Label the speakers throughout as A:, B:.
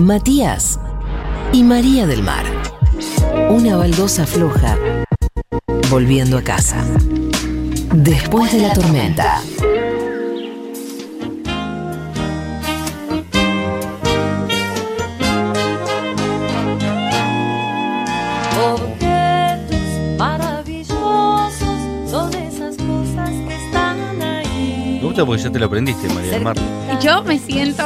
A: Matías y María del Mar. Una baldosa floja volviendo a casa. Después de la tormenta.
B: Objetos maravillosos son esas cosas que están ahí.
C: Me gusta porque ya te lo aprendiste, María del Mar.
D: Y Yo me siento,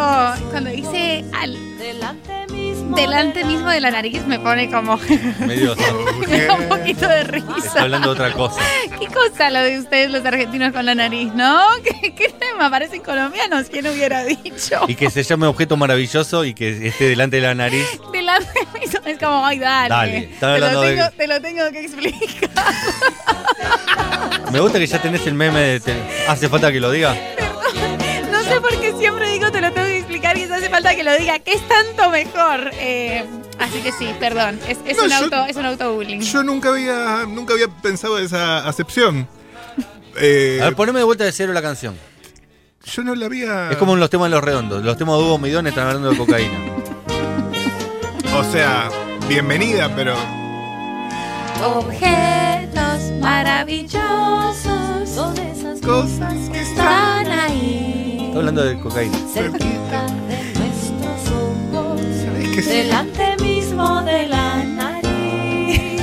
D: cuando dice al,
B: Delante mismo.
D: delante mismo de la nariz, me pone como, me
C: Medio.
D: da un poquito de
C: Está
D: risa.
C: hablando de otra cosa.
D: ¿Qué cosa lo de ustedes los argentinos con la nariz, no? ¿Qué, qué tema? Parecen colombianos, ¿quién hubiera dicho?
C: Y que se llame objeto maravilloso y que esté delante de la nariz.
D: Delante mismo es como, ay, dale.
C: Dale, estaba
D: te, lo
C: hablando de-
D: tengo, te lo tengo que explicar.
C: Me gusta que ya tenés el meme de. te- ¿Hace falta que lo diga?
D: No sé por qué siempre digo te lo tengo que explicar y eso hace falta que lo diga, que es tanto mejor. Eh, así que sí, perdón, es, es
E: No,
D: un
E: yo-
D: auto, es un auto-bullying.
E: Yo nunca había, nunca había pensado esa acepción. Eh,
C: A ver, poneme de vuelta de cero la canción.
E: yo no la había.
C: Es como en los temas de los redondos. Los temas de Hugo Midón están hablando de cocaína.
E: O sea, bienvenida, pero.
B: Objetos maravillosos son esas
E: Cosas que están
B: están ahí.
C: Está hablando de cocaína.
B: Cerquita de nuestros ojos.
E: ¿Sabés qué sí?
B: Delante mismo de la nariz.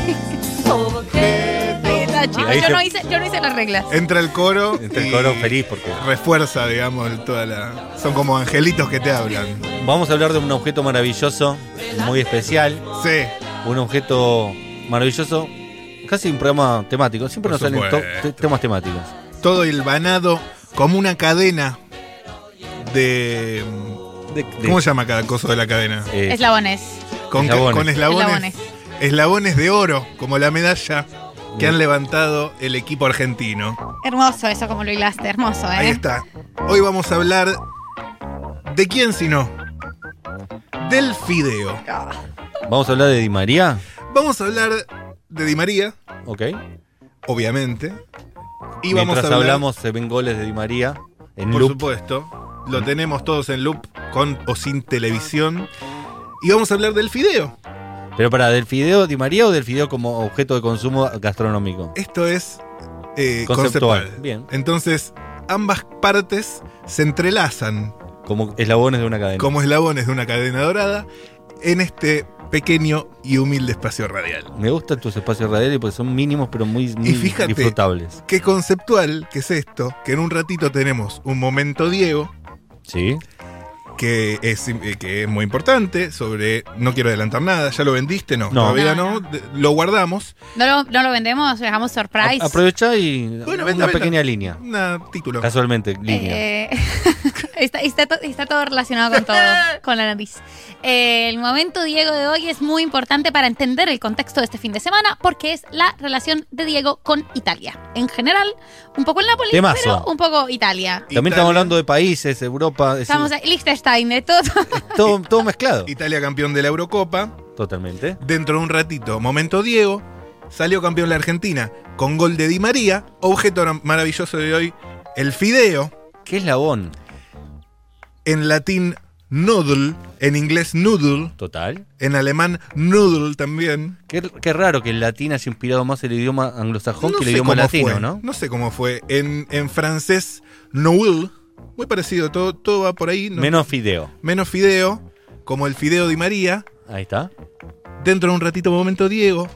D: Ahí
B: Objetos.
D: está, chicos,
C: Ahí
D: yo
C: se-
D: no, hice, yo no hice las reglas.
E: Entra el coro.
C: Está el
E: y
C: coro feliz porque.
E: Refuerza, digamos, el- toda la. Son como angelitos que te hablan.
C: Vamos a hablar de un objeto maravilloso, muy especial.
E: Sí.
C: Un objeto maravilloso. Casi un programa temático. Siempre nos
E: Por
C: salen to-
E: supuesto.
C: te- temas temáticos.
E: Todo hilvanado como una cadena de.
C: De- de-
E: ¿Cómo se llama cada coso de la cadena?
C: eh,
D: Eslabonés.
E: Con, ca-
C: Eslabones.
E: con eslabones.
D: Eslabones.
E: Eslabones de oro, como la medalla que han levantado el equipo argentino.
D: Hermoso eso como lo hilaste, hermoso, ¿eh?
E: Ahí está. Hoy vamos a hablar de quién sino del fideo.
C: Vamos a hablar de Di María.
E: Vamos a hablar de Di María,
C: Ok.
E: obviamente. Y vamos
C: Mientras
E: a hablar,
C: hablamos, se ven goles de Di María en
E: por
C: loop.
E: supuesto, lo tenemos todos en loop con o sin televisión. Y vamos a hablar del fideo.
C: Pero para, ¿del fideo Di María o del fideo como objeto de consumo gastronómico?
E: Esto es eh,
C: Conceptual,
E: conceptual.
C: bien.
E: Entonces, ambas partes se entrelazan
C: Como eslabones de una cadena.
E: como eslabones de una cadena dorada en este pequeño y humilde espacio radial.
C: Me gustan tus espacios radiales porque son mínimos pero muy, muy
E: fíjate-
C: disfrutables.
E: Qué conceptual que es esto, que en un ratito tenemos un momento Diego,
C: ¿Sí?
E: que es, eh, que es muy importante, sobre, no quiero adelantar nada, ya lo vendiste, no,
C: No.
E: todavía
D: No,
E: no, de- lo guardamos,
D: ¿No, lo, no lo vendemos, dejamos surprise.
C: A- Aprovecha y
E: Bueno, eh,
C: una
E: venda, venda.
C: pequeña línea.
E: un título.
C: Casualmente, línea.
D: Eh, está, está to- está todo relacionado con todo, con la nariz. Eh, el momento Diego de hoy es muy importante para entender el contexto de este fin de semana porque es la relación de Diego con Italia. En general, un poco el Napoli,
C: Temazo.
D: pero un poco Italia.
C: También
E: Italia.
C: estamos hablando de países, Europa, es
D: Estamos ahí, Liechtenstein, de todo.
C: todo, todo mezclado.
E: Italia campeón de la Eurocopa,
C: Totalmente.
E: dentro de un ratito, momento Diego, salió campeón la Argentina, con gol de Di María, objeto ra- maravilloso de hoy, el fideo,
C: ¿Qué eslabón?
E: en latín noodle, en inglés noodle,
C: Total.
E: en alemán noodle también.
C: Qué, qué raro que el latín haya inspirado más el idioma anglosajón que el
E: sé
C: idioma
E: cómo
C: latino,
E: fue,
C: ¿no?
E: sé cómo fue. En, en francés, Noël, muy parecido, todo, todo va por ahí. no-
C: Menos fideo.
E: menos fideo, como el fideo de María.
C: Ahí está.
E: Dentro de un ratito, momento, Diego.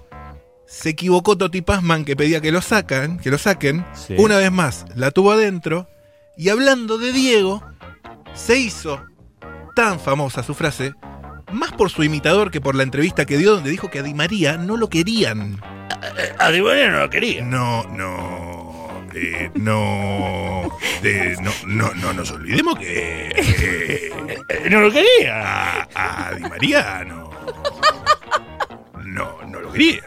E: Se equivocó Toti Pazman que pedía que lo sacan, que lo saquen.
C: Sí.
E: Una vez más, la tuvo adentro. Y hablando de Diego, se hizo tan famosa su frase, más por su imitador que por la entrevista que dio donde dijo que a Di María no lo querían.
C: A Di María no lo quería.
E: No, no. eh, no, eh, no, no, no nos olvidemos que eh,
C: No lo quería.
E: a, a Di María no, no, no lo quería.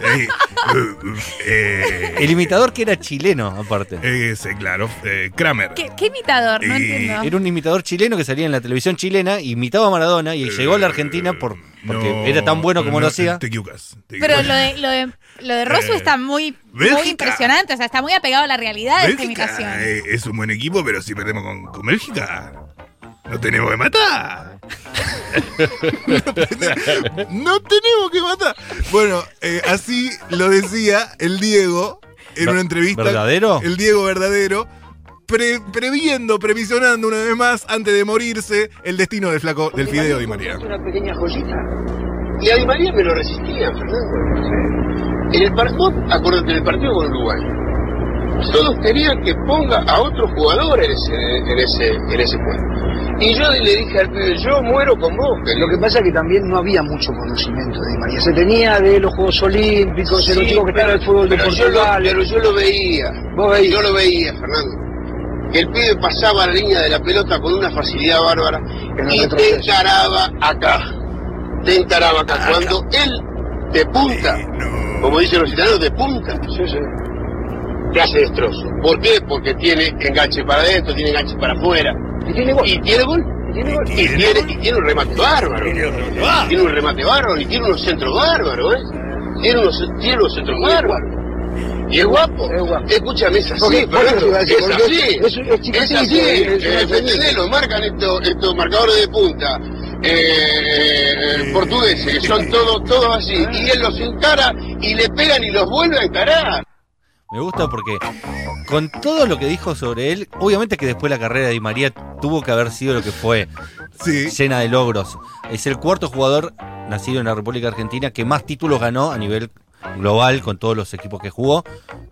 E: Eh, eh, eh,
C: El imitador que era chileno, aparte.
E: eh, ese, claro, eh, Kramer.
D: ¿Qué, qué imitador? No
E: Eh,
D: entiendo.
C: Era un imitador chileno que salía en la televisión chilena, imitaba a Maradona y llegó a la Argentina por, porque
E: Eh, No,
C: era tan bueno como
E: no,
C: lo hacía.
E: Te equivocas. te
D: Pero
E: equivocas.
D: lo de, lo de, lo de Rosso
E: Eh,
D: está muy, muy
E: Bélgica.
D: impresionante, o sea, está muy apegado a la realidad de esta imitación.
E: Bélgica eh, es un buen equipo, pero si perdemos con, con Bélgica, no tenemos que matar. no tenemos que matar. Bueno, eh, así lo decía el Diego en
C: Ver-
E: una entrevista.
C: ¿Verdadero?
E: El Diego verdadero. pre- previendo, previsionando una vez más, antes de morirse, el destino del flaco del fideo Di María.
F: Una pequeña joyita. Y a Di María me lo resistía, Fernando. En el partido, acuérdate del partido con Uruguay. Todos querían que ponga a otro jugador en ese, en ese, en ese puesto. Y yo le dije al pibe, yo muero con vos. Lo que pasa es que también no había mucho conocimiento de Di María. Se tenía de los Juegos Olímpicos, de los chicos que estaban en el fútbol Ah, de Portugal. pero yo lo veía. Yo lo veía, Fernando que el pibe pasaba la línea de la pelota con una facilidad bárbara y te encaraba acá. Te encaraba acá. Cuando él te punta, como dicen los italianos, de punta, te hace destrozo. ¿Por qué? Porque tiene enganche para adentro, tiene enganche para afuera. Y tiene gol. Y tiene gol. Y tiene, y tiene un remate bárbaro. Tiene un remate bárbaro y tiene unos centros bárbaros, ¿eh? Tiene unos, tiene unos centros bárbaros. Y es guapo. Escúchame, es así, Fernando, es así. Es, así. eh, ¿me entendés? Lo marcan estos, estos marcadores de punta eh, portugueses, que son todos todos así. Y él los encara y le pegan y los vuelve a encarar.
C: Me gusta porque con todo lo que dijo sobre él, obviamente que después la carrera de Di María tuvo que haber sido lo que fue,
E: Sí.
C: llena de logros. Es el cuarto jugador nacido en la República Argentina que más títulos ganó a nivel global con todos los equipos que jugó.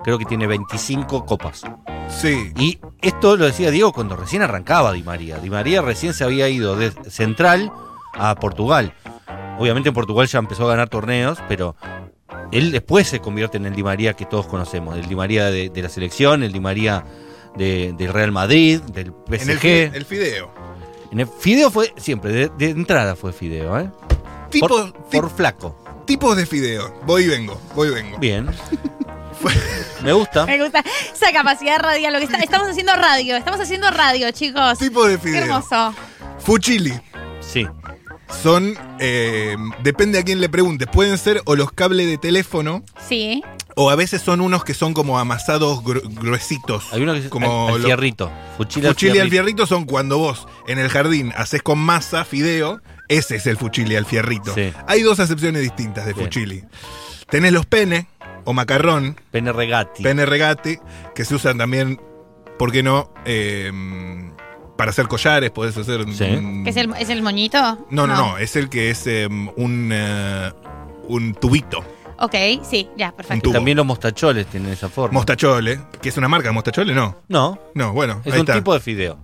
C: Creo que tiene 25 copas.
E: Sí.
C: Y esto lo decía Diego cuando recién arrancaba Di María. Di María recién se había ido de Central a Portugal. Obviamente en Portugal ya empezó a ganar torneos, pero él después se convierte en el Di María que todos conocemos. El Di María de, de la selección, el Di María de- del Real Madrid, del PSG.
E: En el, fi- el fideo.
C: En el- Fideo fue siempre, de, de entrada fue Fideo, ¿eh?
E: Tipo,
C: por,
E: ti-
C: por flaco.
E: Tipos de fideo. Voy y vengo. Voy y vengo.
C: Bien. Me gusta.
E: Eh.
D: Me gusta esa capacidad radial. Lo que está- estamos haciendo radio. Estamos haciendo radio, chicos.
E: Tipos de
D: Qué
E: fideo.
D: hermoso.
E: Fuchili.
C: Sí.
E: Son, eh, depende a quién le preguntes, pueden ser o los cables de teléfono
D: Sí.
E: o a veces son unos que son como amasados gru- gruesitos.
C: Hay uno que es
E: como
C: al, al
E: lo-
C: fierrito. Fuchile, al
E: Fuchili al
C: fierrito.
E: fierrito son cuando vos en el jardín haces con masa, fideo, ese es el fuchili al fierrito.
C: Sí.
E: Hay dos acepciones distintas de
C: Bien.
E: fuchili. Tenés los pene o macarrón,
C: Pene regati.
E: pene regate, que se usan también, ¿por qué no? Eh, para hacer collares, podés hacer...
C: Sí.
E: mm,
D: ¿Que es, el, ¿Es el moñito?
E: No, no, no, es el que es eh, un, eh, un tubito,
D: Ok, sí, ya,
E: un
D: perfecto.
E: tubo.
C: También los mostacholes tienen esa forma.
E: Mostachole, que es una marca, Mostachole no.
C: no,
E: No, bueno,
C: es
E: ahí
C: un
E: está.
C: tipo de fideo.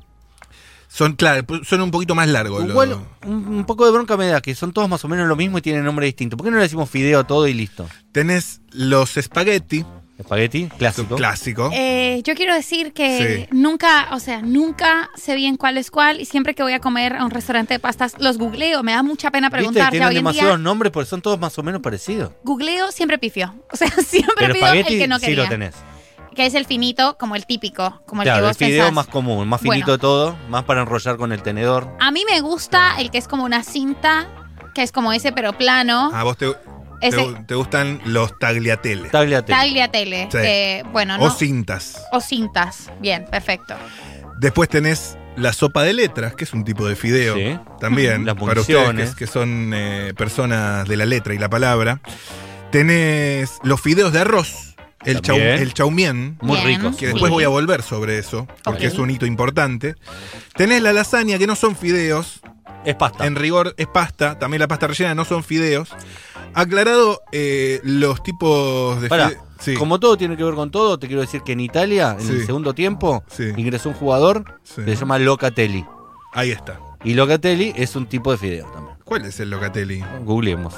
E: Son, claro, pu- son un poquito más largos. los-
C: Igual un, un poco de bronca me da que son todos más o menos lo mismo y tienen nombre distinto. ¿Por qué no le decimos fideo a todo y listo?
E: Tenés los espagueti,
C: Espagueti, clásico.
E: clásico.
D: Eh, yo quiero decir que
E: Sí.
D: nunca, o sea, nunca sé bien cuál es cuál y siempre que voy a comer a un restaurante de pastas los googleo. Me da mucha pena
C: Viste,
D: preguntar ya
C: tienen
D: hoy en
C: demasiados
D: día.
C: nombres porque son todos más o menos parecidos.
D: Googleo siempre pifio. O sea, siempre
C: Pero
D: pido el
C: espagueti
D: que no
C: sí
D: quería.
C: lo tenés.
D: que es el finito, como el típico, como el que
C: claro, el
D: vos
C: fideo
D: pensás.
C: más común, más finito
D: Bueno.
C: de todo, más para enrollar con el tenedor.
D: A mí me gusta el que es como una cinta, que es como ese pero plano.
C: Ah,
E: A vos te, te-
D: Ese-
E: te gustan los tagliatelle
C: Tagliatelle.
D: tagliatelle.
E: Sí.
D: que, bueno, no.
E: o cintas.
D: o cintas. Bien, perfecto.
E: Después tenés la sopa de letras, que es un tipo de fideo.
C: Sí.
E: También,
C: Las
E: para ustedes
C: municiones.
E: que, que son eh, personas de la letra y la palabra. Tenés los fideos de arroz, el, chau-
C: También.
E: el chaumien.
C: Muy
D: Bien.
C: rico.
E: que
C: muy
E: después
C: rico.
E: voy a volver sobre eso, porque
D: Ok.
E: es un hito importante. Tenés la lasaña, que no son fideos,
C: Es pasta.
E: en rigor es pasta, también la pasta rellena no son fideos. Aclarado eh, los tipos de
C: Pará,
E: fide- Sí,
C: Como todo tiene que ver con todo, te quiero decir que en Italia, en el
E: Sí.
C: segundo tiempo,
E: Sí.
C: ingresó un jugador
E: sí.
C: que se llama Locatelli.
E: Ahí está.
C: Y Locatelli es un tipo de fideo también.
E: ¿Cuál es el locatelli?
C: Googleemos.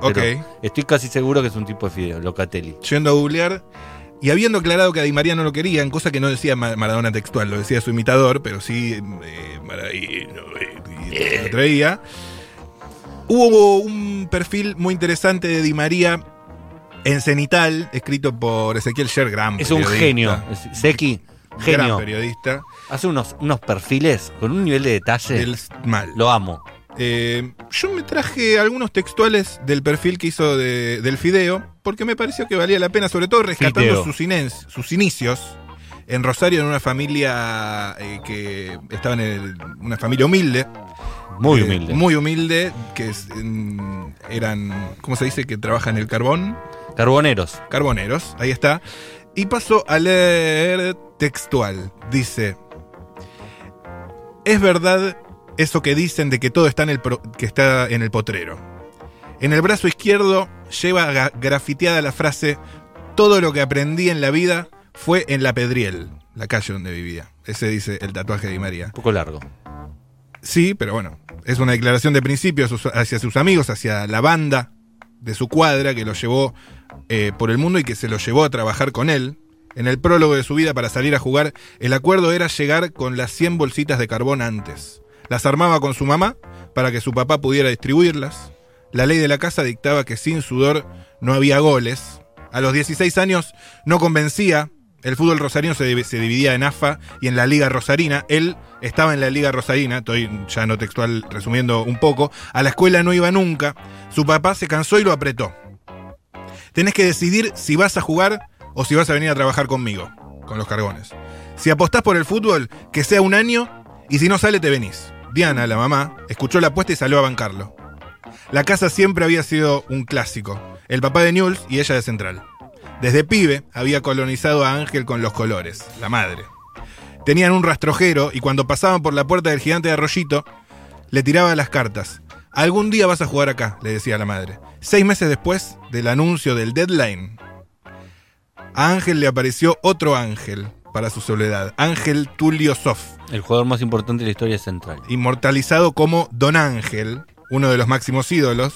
E: Ok.
C: Pero Estoy casi seguro que es un tipo de fideo, Locatelli.
E: Yendo a googlear. Y habiendo aclarado que a Di María no lo querían, cosa que no decía Ma- Maradona textual, lo decía su imitador, pero sí eh, Mara- y- no, eh, y- lo traía. Hubo un perfil muy interesante de Di María en Cenital, escrito por Ezequiel Sher, gran
C: Es un
E: periodista.
C: genio. Es- Seki,
E: Gran
C: genio.
E: periodista.
C: Hace unos, unos perfiles con un nivel de detalle.
E: Del mal.
C: Lo amo.
E: Eh, yo me traje algunos textuales del perfil que hizo de- del Fideo, porque me pareció que valía la pena, sobre todo rescatando
C: Fideo.
E: sus, inen- sus inicios en Rosario, en una familia eh, que estaba en el- una familia humilde,
C: Muy
E: eh,
C: humilde.
E: muy humilde, que es, en- eran, ¿cómo se dice? Que trabajan el carbón.
C: Carboneros.
E: Carboneros, ahí está. Y paso a leer textual. Dice, es verdad eso que dicen de que todo está en el, pro- que está en el potrero. En el brazo izquierdo lleva ga- grafiteada la frase, todo lo que aprendí en la vida fue en la Pedriel, la calle donde vivía. Ese dice el tatuaje de Di María.
C: Un poco largo.
E: Sí, pero bueno, es una declaración de principios sus- hacia sus amigos, hacia la banda de su cuadra que lo llevó eh, por el mundo y que se lo llevó a trabajar con él. En el prólogo de su vida para salir a jugar, el acuerdo era llegar con las 100 bolsitas de carbón antes. Las armaba con su mamá para que su papá pudiera distribuirlas. La ley de la casa dictaba que sin sudor no había goles. A los 16 años no convencía. El fútbol rosarino se, div- se dividía en AFA y en la Liga Rosarina. Él estaba en la Liga Rosarina, estoy ya no textual resumiendo un poco. A la escuela no iba nunca. Su papá se cansó y lo apretó. Tenés que decidir si vas a jugar o si vas a venir a trabajar conmigo, con los cargones. Si apostás por el fútbol, que sea un año y si no sale te venís. Diana, la mamá, escuchó la apuesta y salió a bancarlo. La casa siempre había sido un clásico. El papá de Newell's y ella de Central. Desde pibe había colonizado a Ángel con los colores, la madre. Tenían un rastrojero y cuando pasaban por la puerta del gigante de Arroyito, le tiraba las cartas. Algún día vas a jugar acá, le decía la madre. Seis meses después del anuncio del deadline, a Ángel le apareció otro ángel para su soledad, Ángel Tulio Sof
C: El jugador más importante de la historia es central.
E: inmortalizado como Don Ángel, uno de los máximos ídolos,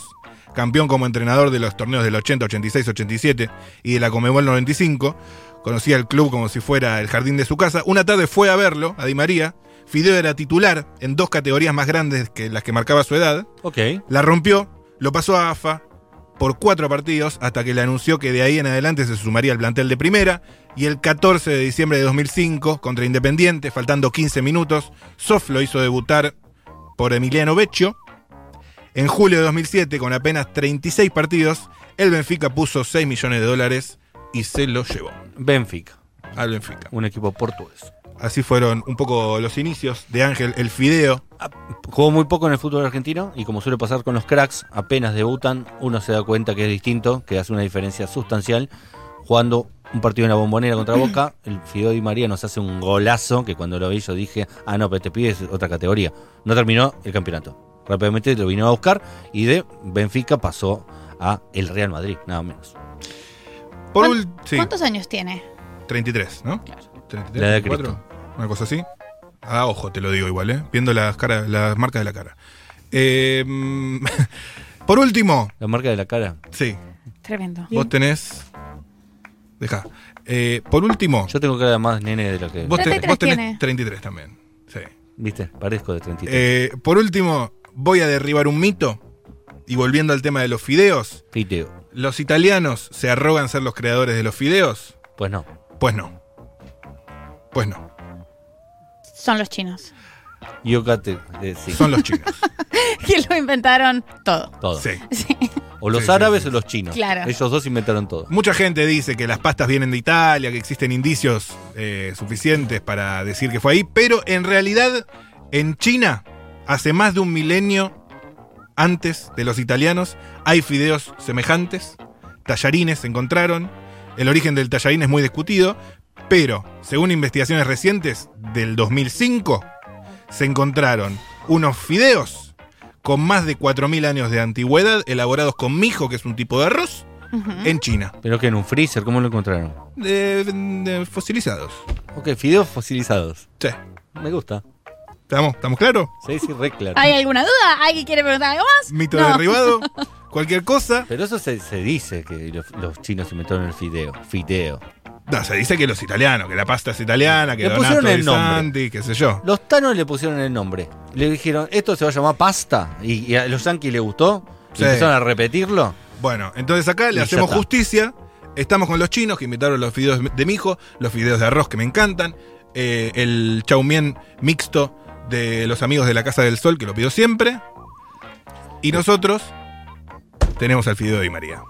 E: campeón como entrenador de los torneos del 80, 86, 87 y de la Comebol 95, conocía el club como si fuera el jardín de su casa, una tarde fue a verlo, a Di María, Fideo era titular en dos categorías más grandes que las que marcaba su edad,
C: Ok.
E: la rompió, lo pasó a AFA por cuatro partidos hasta que le anunció que de ahí en adelante se sumaría al plantel de primera y el 14 de diciembre de 2005 contra Independiente, faltando 15 minutos, Sof lo hizo debutar por Emiliano Vecchio. En julio de 2007, con apenas 36 partidos, el Benfica puso 6 millones de dólares y se lo llevó
C: Benfica,
E: al Benfica.
C: un equipo portugués.
E: Así fueron un poco los inicios de Ángel el Fideo.
C: Jugó muy poco en el fútbol argentino y como suele pasar con los cracks, apenas debutan, uno se da cuenta que es distinto, que hace una diferencia sustancial. Jugando un partido en la bombonera contra Boca, el Fideo Di María nos hace un golazo que cuando lo vi yo dije, ah no, pero este pibe es otra categoría. No terminó el campeonato. Rápidamente lo vino a buscar y de Benfica pasó a el Real Madrid, nada menos.
E: Por
D: ¿Cuán-
E: ul- sí.
D: ¿Cuántos años tiene?
E: 33, ¿no?
D: Claro.
E: 33,
C: La edad de
E: 34, una cosa así. Ah, ojo, te lo digo igual, ¿eh? Viendo las, caras, las marcas de la cara. Eh, mm, por último,
C: La marca de la cara.
E: sí,
D: Tremendo.
E: vos tenés. Deja. Eh, por último,
C: Yo tengo cara más nene de lo que...
E: vos, ten-
D: 33
E: vos tenés
D: tiene.
E: 33 también. Sí.
C: ¿Viste? Parezco de 33.
E: Eh, por último, voy a derribar un mito. Y volviendo al tema de los fideos,
C: Fideo.
E: ¿los italianos se arrogan ser los creadores de los fideos?
C: Pues no.
E: Pues no. Pues no.
D: Son los chinos.
C: Yo cate, eh, sí.
E: Son los chinos.
D: Que lo inventaron todo.
C: Todo.
E: Sí.
D: Sí.
C: O los
E: Sí, sí,
C: árabes
E: sí.
C: o los chinos.
D: Claro.
C: Ellos dos inventaron todo.
E: Mucha gente dice que las pastas vienen de Italia, que existen indicios eh, suficientes para decir que fue ahí, pero en realidad en China, hace más de un milenio antes de los italianos, hay fideos semejantes, tallarines se encontraron, el origen del tallarín es muy discutido, pero según investigaciones recientes del 2005, se encontraron unos fideos con más de 4.000 años de antigüedad, elaborados con mijo, que es un tipo de arroz,
D: Ujú.
E: en China.
C: Pero que en un freezer, ¿cómo lo encontraron?
E: De, de fosilizados.
C: Ok, fideos fosilizados.
E: Sí.
C: Me gusta.
E: ¿Estamos, ¿Estamos claros?
C: Se dice re claro.
D: ¿Hay alguna duda? ¿Alguien quiere preguntar algo más?
E: Mito
D: No.
E: derribado. Cualquier cosa.
C: Pero eso se, se dice que los, los chinos inventaron el fideo. Fideo.
E: No, se dice que los italianos, que la pasta es italiana, que
C: Le
E: Donato
C: pusieron el
E: es
C: nombre.
E: Santi, qué sé yo.
C: Los tanos le pusieron el nombre. Le dijeron, esto se va a llamar pasta. Y, y a los yanquis les gustó. y
E: Sí.
C: empezaron a repetirlo.
E: Bueno, entonces acá
C: Y
E: le
C: ya
E: hacemos
C: está.
E: justicia. Estamos con los chinos que invitaron los fideos de mijo, los fideos de arroz que me encantan, eh, el chaumien mixto de los amigos de la Casa del Sol que lo pido siempre. Y nosotros tenemos al fideo de Di María.